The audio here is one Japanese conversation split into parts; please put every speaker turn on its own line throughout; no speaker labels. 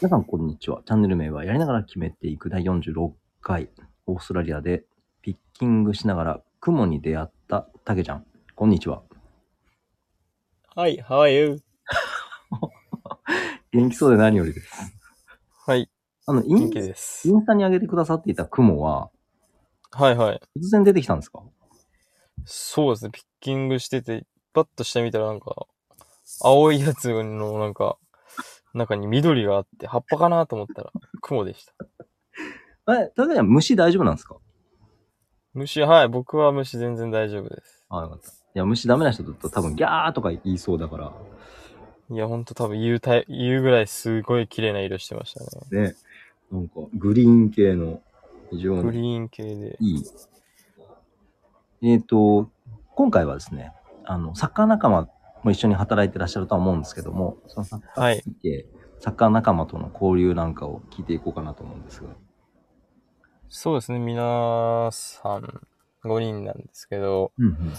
皆さん、こんにちは。チャンネル名はやりながら決めていく第46回、オーストラリアでピッキングしながら雲に出会ったたけちゃん。こんにちは。
はい、How are you?
元気そうで何よりです。
はい、
あの、イ
元
ン
気
イ
です。
ンスタに上げてくださっていた雲は、
はいはい。
突然出てきたんですか
そうですね、ピッキングしてて、パッと下見たらなんか、青いやつのなんか、中に緑があって、葉っぱかなと思ったら、雲でした。
え、たけちゃん、虫大丈夫なんですか
虫、はい、僕は虫全然大丈夫です。
あ、よかった。いや、虫ダメな人だと多分、ギャーとか言いそうだから。
いや、ほんと多分言うたい、言うぐらいすごい綺麗な色してましたね。
ね。なんか、グリーン系の、非常
グ
に
リーン系で。
いい。えっ、と、今回はですね、あの、サッカー仲間も一緒に働いてらっしゃるとは思うんですけども、そのサッカー
はい。
についてサッカー仲間との交流なんかを聞いていこうかなと思うんですが。
そうですね、皆さん、5人なんですけど、
うん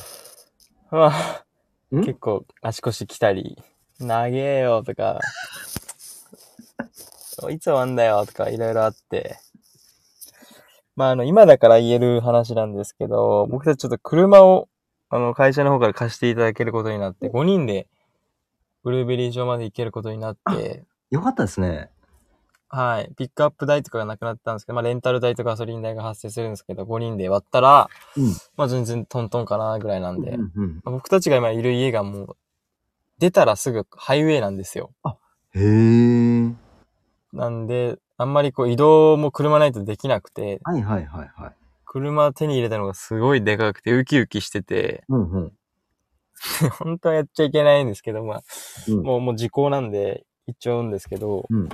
まあ、
うん
結構足腰来たり、投げよとか、いつ終わんだよとかいろいろあって、まあ、あの、今だから言える話なんですけど、僕たちちょっと車を、あの、会社の方から貸していただけることになって、5人で、ブルーベリー城まで行けることになって、
よかったですね。
はい。ピックアップ代とかがなくなったんですけど、まあ、レンタル代とガソリン代が発生するんですけど、5人で割ったら、
うん
まあ、全然トントンかな、ぐらいなんで、
うんうん
僕たちが今いる家がもう、出たらすぐハイウェイなんですよ。
へえ。
なんで、あんまりこう移動も車ないとできなくて、
はいはいはいはい。
車手に入れたのがすごいでかくてウキウキしてて、
うんうん。
本当はやっちゃいけないんですけど、まあ、
うん
もうもう時効なんで行っちゃうんですけど、
うん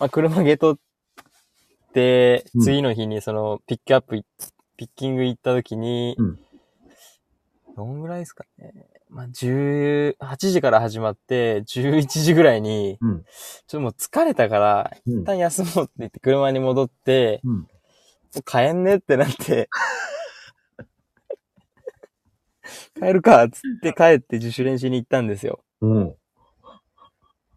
まあ、車ゲートって
う、ん
次の日にそのピックアップい、ピッキング行った時に、
うん
どんぐらいですかね。まあ、18時から始まって、11時ぐらいに、
うん
ちょっともう疲れたから、
うん
一旦休もうって言って車に戻って、
うん
もう帰んねって なって、帰るかっつって帰って自主練習に行ったんですよ。
うん。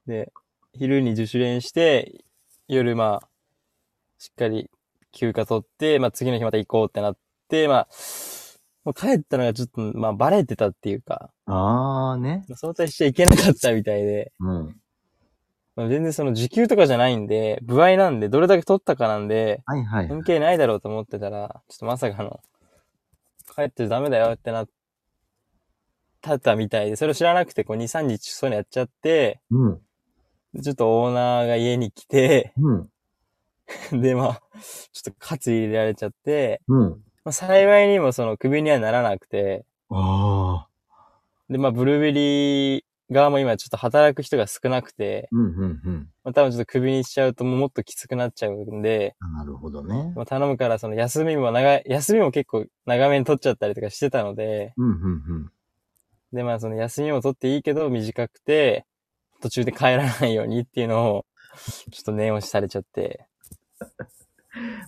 で、昼に自主練して、夜まあ、しっかり休暇取って、まあ次の日また行こうってなって、まあ、もう帰ったのがちょっと、まあバレてたっていうか、
あーね。
まあ早退しちゃいけなかったみたいで、
うん。
まあ、全然その時給とかじゃないんで、部合なんで、どれだけ取ったかなんで、
はいはい。
関係ないだろうと思ってたら、ちょっとまさかの、帰ってダメだよってなったったみたいで、それを知らなくて、こう2、3日そういうのやっちゃって、
うん。
でちょっとオーナーが家に来て、
うん。
で、まあ、ちょっと喝入れられちゃって、
うん。
まあ、幸いにもその首にはならなくて、
ああ。
で、まあ、ブルーベリー側も今ちょっと働く人が少なくて、
うんうんうん。
まあ、多分ちょっと首にしちゃうともうもっときつくなっちゃうんで、
あなるほどね。
まあ、頼むからその休みも長い、休みも結構長めに取っちゃったりとかしてたので、
うんうん
で、まあその休みも取っていいけど短くて、途中で帰らないようにっていうのを、ちょっと念押しされちゃって、
うん。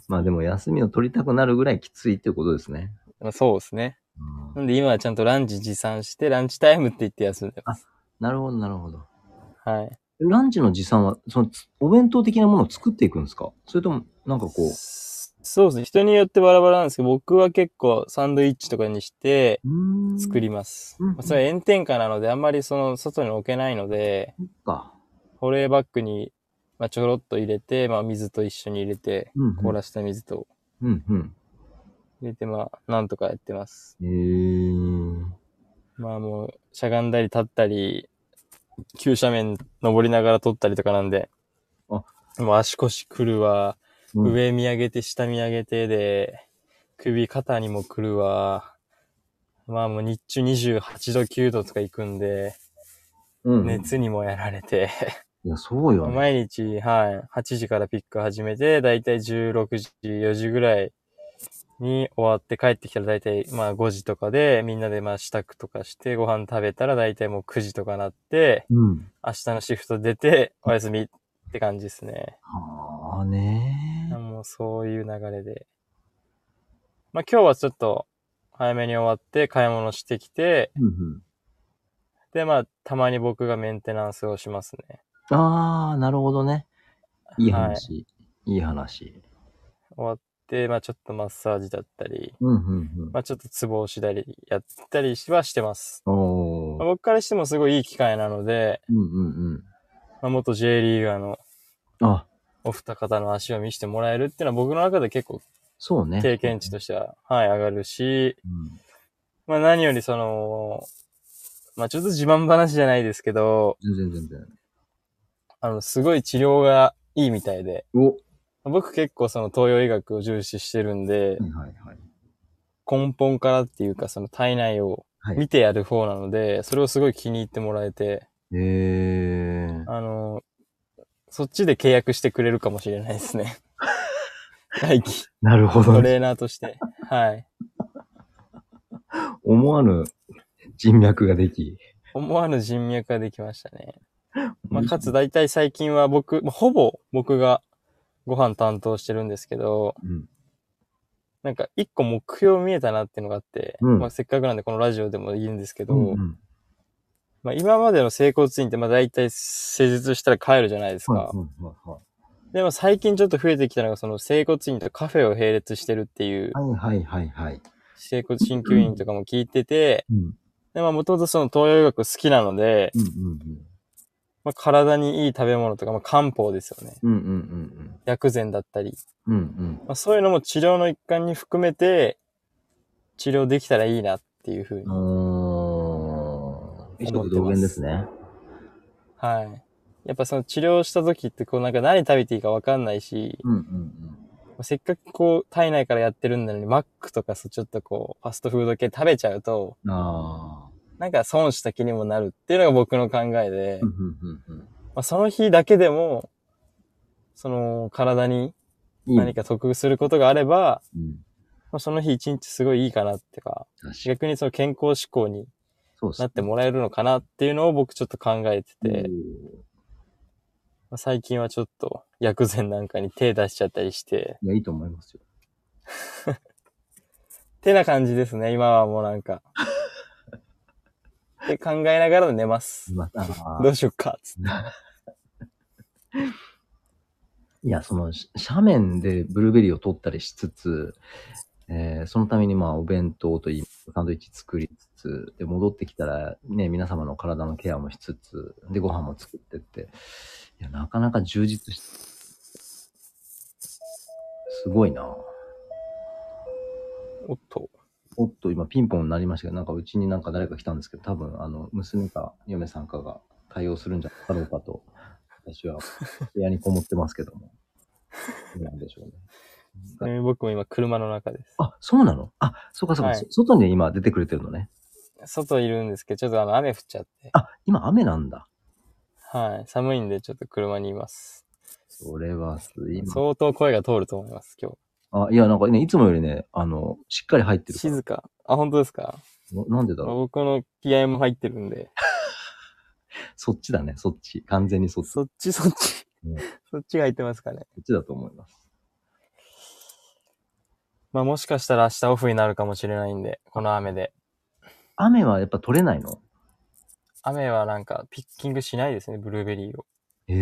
まあでも休みを取りたくなるぐらいきついっていうことですね。
まあ、そうですね。
うん
なんで今はちゃんとランチ持参して、ランチタイムって言って休んでます。
なるほど、なるほど。
はい。
ランチの持参は、その、つお弁当的なものを作っていくんですかそれとも、なんかこう。
そそうですね。人によってバラバラなんですけど、僕は結構サンドイッチとかにして
うーん
作ります。
うん
まあ、それは炎天下なので、あんまりその外に置けないので、
か。
保冷バッグに、まあ、ちょろっと入れて、まあ、水と一緒に入れて、
うん、うん。
凍らした水と
うん、うん。
入れて、まあ、なんとかやってます。
えー。
まあもう、しゃがんだり立ったり、急斜面登りながら撮ったりとかなんで、
あ
もう足腰くるわ、
うん、
上見上げて下見上げてで、首肩にもくるわ、まあもう日中28度9度とか行くんで、
うん。
熱にもやられて、
いや、そうよね。
毎日、はい、8時からピック始めて、だいたい16時、4時ぐらいに終わって帰ってきたらだいたい、まあ5時とかで、みんなでまあ支度とかして、ご飯食べたらだいたいもう9時とかなって、
うん。
明日のシフト出て、お休みって感じですね。
はあねー。
もうそういう流れで。まあ今日はちょっと早めに終わって買い物してきて、
うん、うん。
でまあたまに僕がメンテナンスをしますね。
ああ、なるほどね。いい話。い、い話。
終わって、まあちょっとマッサージだったり、
うんうん
まあちょっとツボ押しだり、やったりはしてます。
うん。お
まあ
ー。
僕からしてもすごいいい機会なので、
うんうんうん。
まあ、元 J リーガーの
あ、
お二方の足を見せてもらえるっていうのは僕の中で結構
そうね。
経験値としては、はい、上がるし、
うん。
まあ何よりその、まあちょっと自慢話じゃないですけど、
全然全然。
あの、すごい治療がいいみたいで、
お
僕結構その東洋医学を重視してるんで、
はいはいはい。
根本からっていうかその体内を
はい
見てやる方なので、それをすごい気に入ってもらえて、
えー。
あの、そっちで契約してくれるかもしれないで すね。来季、
なるほ
ト
どね。
レーナーとして。はい。
思わぬ人脈ができ。
思わぬ人脈ができましたね。まあ、かつ大体最近は僕、まあ、ほぼ僕がご飯担当してるんですけど、
うん。
なんか一個目標見えたなっていうのがあって、
うん
まあ、せっかくなんでこのラジオでも言うんですけど、
うんうん。
まあ、今までの整骨院ってまあ大体施術したら帰るじゃないですか。
はいはいはいはい。
でも最近ちょっと増えてきたのがその整骨院とカフェを並列してるっていう
はいはいはいはい。
整骨鍼灸院とかも聞いてて、
うん。
でまあもともとその東洋医学好きなので、
うんうん
まあ、体にいい食べ物とか、まあ、漢方ですよね。
うん。うんうん
薬膳だったり。
うんうん。うん
まあ、そういうのも治療の一環に含めて、治療できたらいいなっていうふうに
うん。。おー。一色同源ですね。
はい。やっぱその治療した時ってこうなんか何食べていいかわかんないし、
うんうん
まあせっかくこう体内からやってるんだのにマックとかそうちょっとこうファストフード系食べちゃうと、
うん。あー。
なんか損した気にもなるっていうのが僕の考えで、
うん
ま
うんうん
あ、その日だけでも、その体に
うん。いいね
何か得することがあれば、
うん。
まあ、その日一日すごいいいかなってか、
確かに。
逆にその健康志向に
そうです
なってもらえるのかなっていうのを僕ちょっと考えてて、まあ最近はちょっと薬膳なんかに手出しちゃったりして、
いや、いいと思いますよ。
てな感じですね、今はもうなんか。 で、考えながら寝ます。
まあ
どうしよっか、つって。
いや、その、し斜面でブルーベリーを取ったりしつつ、えーそのためにまあ、お弁当といい、サンドイッチ作りつつ、で、戻ってきたら、ね、皆様の体のケアもしつつ、で、ご飯も作ってって、いや、なかなか充実し、すごいな
おっと。
おっと、今、ピンポンになりましたけど、なんか、うちになんか誰か来たんですけど、多分、あの、娘か嫁さんかが対応するんじゃなかろうかと、私は部屋にこもってますけども。どうなんでしょうね。
ちなみに僕も今車の中です。
あ、そうなのあ、そうかそうか、
はい
そ外に今出てくれてるのね。
外いるんですけど、ちょっとあの雨降っちゃって。
あ、今雨なんだ。
はい。寒いんでちょっと車にいます。
それはすいません。
相当声が通ると思います、今
あ、いや、なんかね、いつもよりね、あの、しっかり入って
日。
るから。
静か。あ、本当ですか
ななんでだろ
僕の気合も入ってるんで。
う。そっちだね、そっち。完全にそっち。
そっちそっち
うん。
そっちが入ってますかね。
そっちだと思います。
まあもしかしたら明日オフになるかもしれないんで、この雨で。
雨はやっぱ取れないの
雨はなんかピッキングしないですね、ブルーベリーを。
へ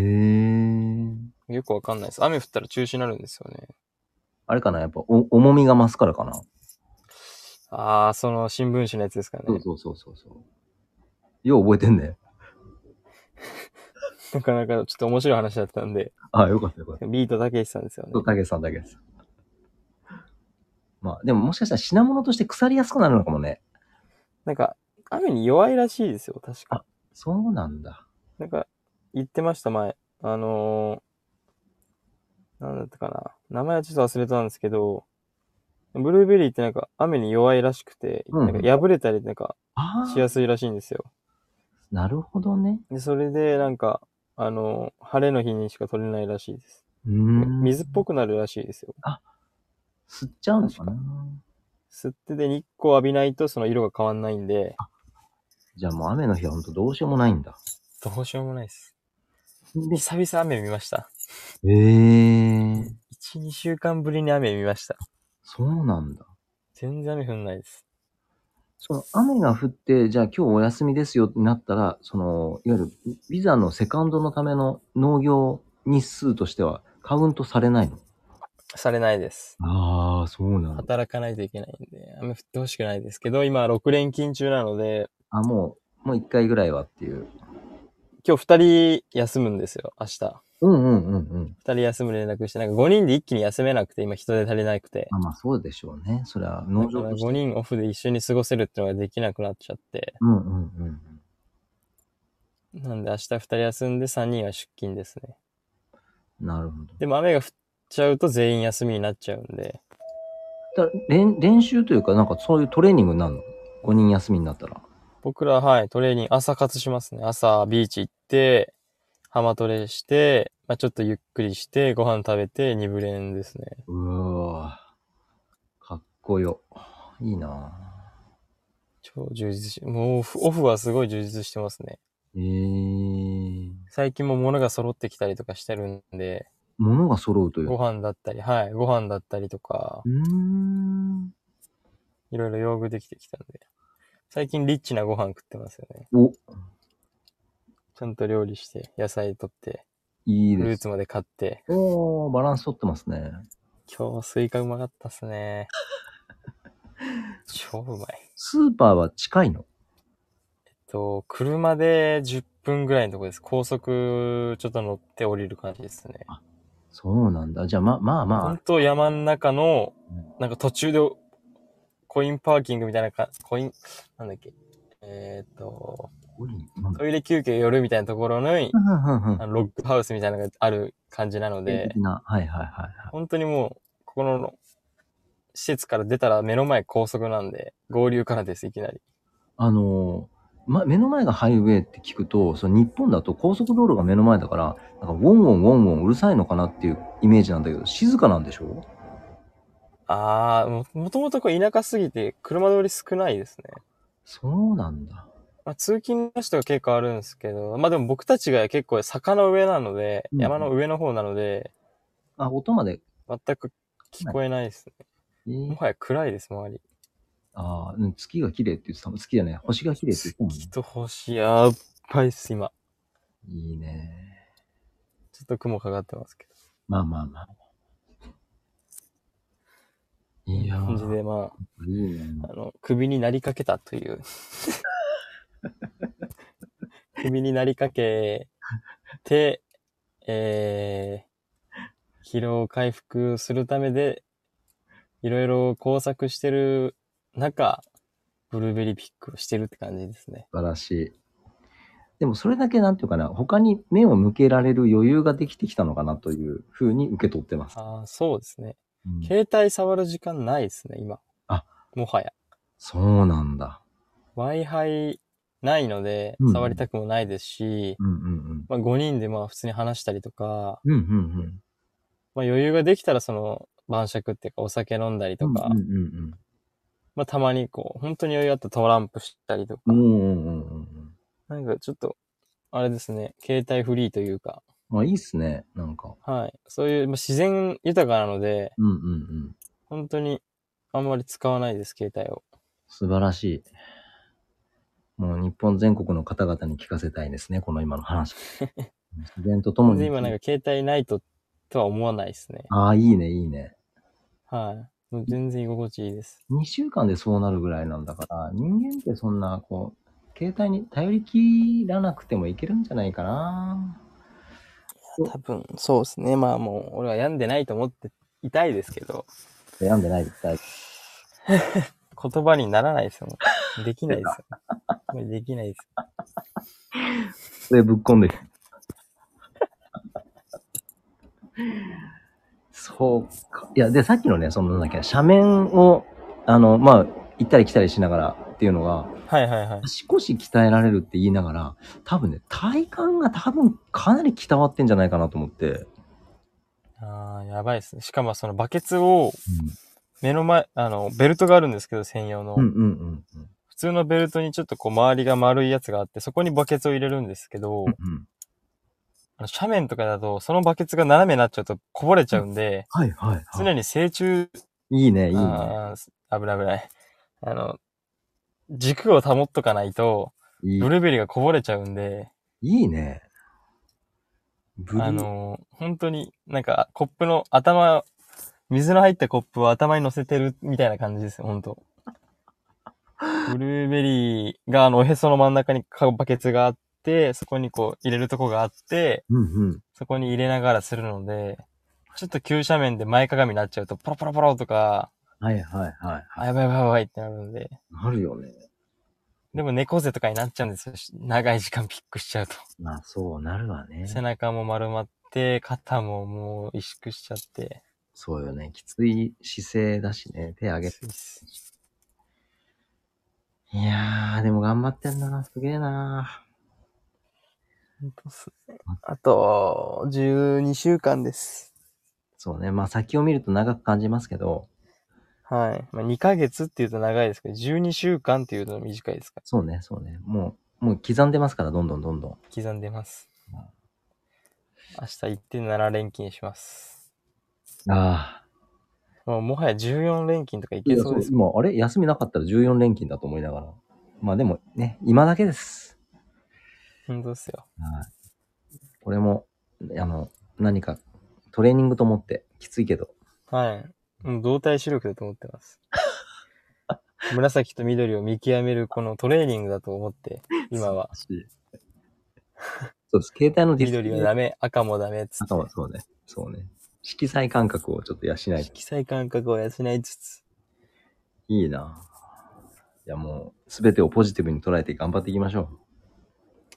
え。
よくわかんないです。雨降ったら中止になるんですよね。
あれかなやっぱお、重みが増すからかな、
ああ、その新聞紙のやつですかね
そ。うそうそうそうそう。よう覚えてんね。
なかなかちょっと面白い話だったんで、
あ、よかったよかった。
ビートたけしさんですよね
そう、。たけしさんだけです。まあ、でももしかしたら品物として腐りやすくなるのかもね。
なんか、雨に弱いらしいですよ、確か。
そうなんだ。
なんか、言ってました、前。あのー、なんだったかな。名前はちょっと忘れたんですけど、ブルーベリーってなんか雨に弱いらしくて、
うん
なんか破れたりなんか
ああ
し。やすいらしいんですよ。
なるほどね。
で、それで、なんか、あの、晴れの日にしか取れないらしいです。
うーん
水っぽくなるらしいですよ。
吸っちゃうのかな
確吸ってで日光浴びないとその色が変わんないんで、
じゃあもう雨の日は本当どうしようもないんだ。
どうしようもないです。
で、
久々雨見ました。
ええー、
1、2週間ぶりに雨見ました。
そうなんだ。
全然雨降んないです。
その雨が降って、じゃあ今日お休みですよってなったら、その、いわゆるビザのセカンドのための農業日数としてはカウントされないの
されないです。
ああ、そうなの。
働かないといけないんで、雨降ってほしくないですけど、今6連勤中なので、
あ、もう、もう一回ぐらいはっていう。
今日2人休むんですよ、明日。
うんうんうんうん。
2人休む連絡して、なんか5人で一気に休めなくて、今人手足りなくて。
あまあそうでしょうね。それは
だ
農
か
場
ら
として。
5人オフで一緒に過ごせるってのができなくなっちゃって。
うんうんうん。
なんで明日2人休んで3人は出勤ですね。
なるほど。
でも雨が降っちゃうと全員休みになっちゃうんで。
だ練練習というか、なんかそういうトレーニングになるの ?5 人休みになったら。
僕ら、はい、トレーニング、朝活しますね。朝、ビーチ行って、浜トレして、まあ、ちょっとゆっくりして、ご飯食べて、二部練ですね。
うわーかっこよ。いいな
超充実し、もうオフ、オフはすごい充実してますね。
ええー。
最近も物が揃ってきたりとかしてるんで、
物が揃うという。
ご
う
飯だったり、はい、ご飯だったりとか、
ーん。
いろいろ用具できてきたんで。最近リッチなご飯食ってますよね。
お、
ちゃんと料理して、野菜取って、
いい
フル
で
ー
す。
ツまで買って、
おー、バランス取ってますね。
今日スイカうまかったっすね。 超うまい。
スーパーは近いの
えっと、車で10分ぐらいのとこです。高速ちょっと乗って降りる感じですね。
そうなんだ。じゃあ、ま、まあ
ほん
ま
と山の中の
うん、
なんか途中でコインパーキングみたいなか、コイン、なんだっけ、えーっと、
あ。おいなんだ
トイレ休憩寄るみたいなところのに、
うんうんうん
あのロックハウスみたいなのがある感じなの
素
で
敵、な。はいはいはいはい。
本当にもう、ここの施設から出たら目の前高速なんで、合流からです、いきなり。
あのーま、目の前がハイウェイって聞くと、その日本だと高速道路が目の前だから、なんかウォンウォンウォンウォンうるさいのかなっていうイメージなんだけど、静かなんでしょ
あー、ももともとこう田舎すぎて車通り少ないですね。
そうなんだ。
まあ、通勤の人が結構あるんですけど、まあでも僕たちが結構坂の上なので、
うん
山の上の方なので、
あ、音まで。
全く聞こえないですね。
えー
もはや暗いです、周り。
あーうん月が綺麗って言ってたもん。月じゃない。星が綺麗って言ってたもんね
月。と星、やっぱいっす、今。
いいね。
ちょっと雲かかってますけ
まあまあまあ。
ど。
いや
こんな感じ
ー、
で、ま
いいね。
あ、あの、首になりかけた という。首になりかけて、えー、疲労回復するためで、いろいろ工作してる中、ブルーベリーピックをしてるって感じですね。
素晴らしい。でもそれだけなんていうかな、他に目を向けられる余裕ができてきたのかなというふうに受け取ってます。
ああ、そうですね。
うん
携帯触る時間ないですね、今。
あ、
もはや。
そうなんだ。
Wi-Fi ないので
う、ん
触りたくもないですし、
うんうん
まあ5人でまあ普通に話したりとか、
うん。うんうんうん。
まあ余裕ができたらその晩酌っていうかお酒飲んだりとか、
うんうん
まあたまにこう、本当に余裕あったらトランプしたりとか、
うん。うんうんうんうん。
なんかちょっと、あれですね、携帯フリーというか、
まあいいっすね、なんか。
はい。そういう、まあ、自然豊かなので、
うんうんうん。
本当にあんまり使わないです、携帯を。
素晴らしい。もう日本全国の方々に聞かせたいですね、この今の 話。自然ととも
全
に。
然今なんか携帯ないと、とは思わないですね。
ああ、いいね、いいね。
はい。もう全然居心地いいです。
2週間でそうなるぐらいなんだから、人間ってそんな、こう、携帯に頼りきらなくてもいけるんじゃないかな。
多分、そうですね。まあもう、俺は病んでないと思っていたいですけど、
悩んでないです。大丈
言葉にならないですよ。もうできない ですよ。もうできないです。
夫でぶっこんでる。 そうか。いや、で、さっきのね、その、なんだっけ、斜面を、あの、まあ、行ったり来たりしながらっていうのが、
はいはいはい。
足腰鍛えられるって言いながら、多分ね、体幹が多分かなり鍛わってんじゃないかなと思って。
ああ、やばいですね。しかもそのバケツを目の前、あの、ベルトがあるんですけど、専用の。
うん、うん、うんうんうん。
普通のベルトにちょっとこう周りが丸いやつがあって、そこにバケツを入れるんですけ
うん
ど、
うん、
あの斜面とかだと、そのバケツが斜めになっちゃうとこぼれちゃうんで、
はいはい、はい。
常に成虫、
いいね、いいね。
あー危ない危ない。あの、軸を保っとかないと、
いい
ブルーベリーがこぼれちゃうんで、
いいね。ブルー
あのー本当になんかコップの頭、水の入ったコップを頭に乗せてるみたいな感じですよ、本当ブルーベリーがあのおへその真ん中にかバケツがあって、そこにこう入れるとこがあって、
うんうん。
そこに入れながらするので、ちょっと急斜面で前かがみになっちゃうと、ポロポロポロとか、
はいはいはい
あ、
はい。
やばいやばいやばいってなるんで。
なるよね。
でも猫背とかになっちゃうんですよ。し長い時間ピックしちゃうと。
まあそうなるわね。
背中も丸まって、肩ももう萎縮しちゃって。
そうよね。きつい姿勢だしね。手上げ。いやー、でも頑張ってんな。すげえな。
あと、12週間です。
そうね。まあ先を見ると長く感じますけど、
はい。まあ、2ヶ月っていうと長いですけど、12週間っていうと短いですから。
そうね、そうね。もう、もう刻んでますから、どんどんどんどん。
刻んでます
うん。
明日1.7連勤します。
ああ。
もうもはや14連勤とかい
い
け
や、
そ
そうう
で
ですす。。もう、あれ休みなかったら14連勤だと思いながら。まあでもね、今だけです。
本当ですよ。
はい。これも、あの、何かトレーニングと思って、きついけど。
はい。もう動体視力だと思ってます。 紫と緑を見極めるこのトレーニングだと思って、今 は。
素晴らしい。そうです。携帯のディスプレ
緑はダ
イ。
メ、赤もダメっつって
赤。はそうね。そうね。色彩感覚をちょっと養えて。
色彩感覚を養いつつ。
いいな。いや、もう、すべてをポジティブに捉えて頑張っていきましょ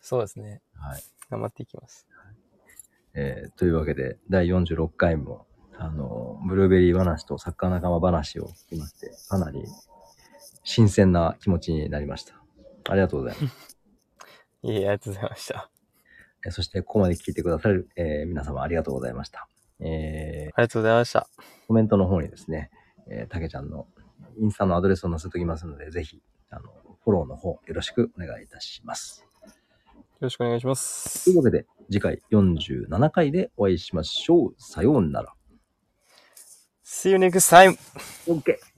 そうですね。
う。はい。
頑張っていきます。
えーというわけで、第46回も、あの、ブルーベリー話とサッカー仲間話を聞きまして、かなり新鮮な気持ちになりました。ありがとうございます。
いえいえ、ありがとうございました。あ
えーそして、ここまで聞いてくださる、えー皆様ありがとうございました。え
りがとうございました。
ーコメントの方にですね、えーたけちゃんのインスタのアドレスを載せておきますので、ぜひ、あの、フォローの方よろしくお願いいたします。
よろしくお願いしま
と
す
いう。わけで、次回47回でお会いしましょう。さようなら。
See you next time!
OK!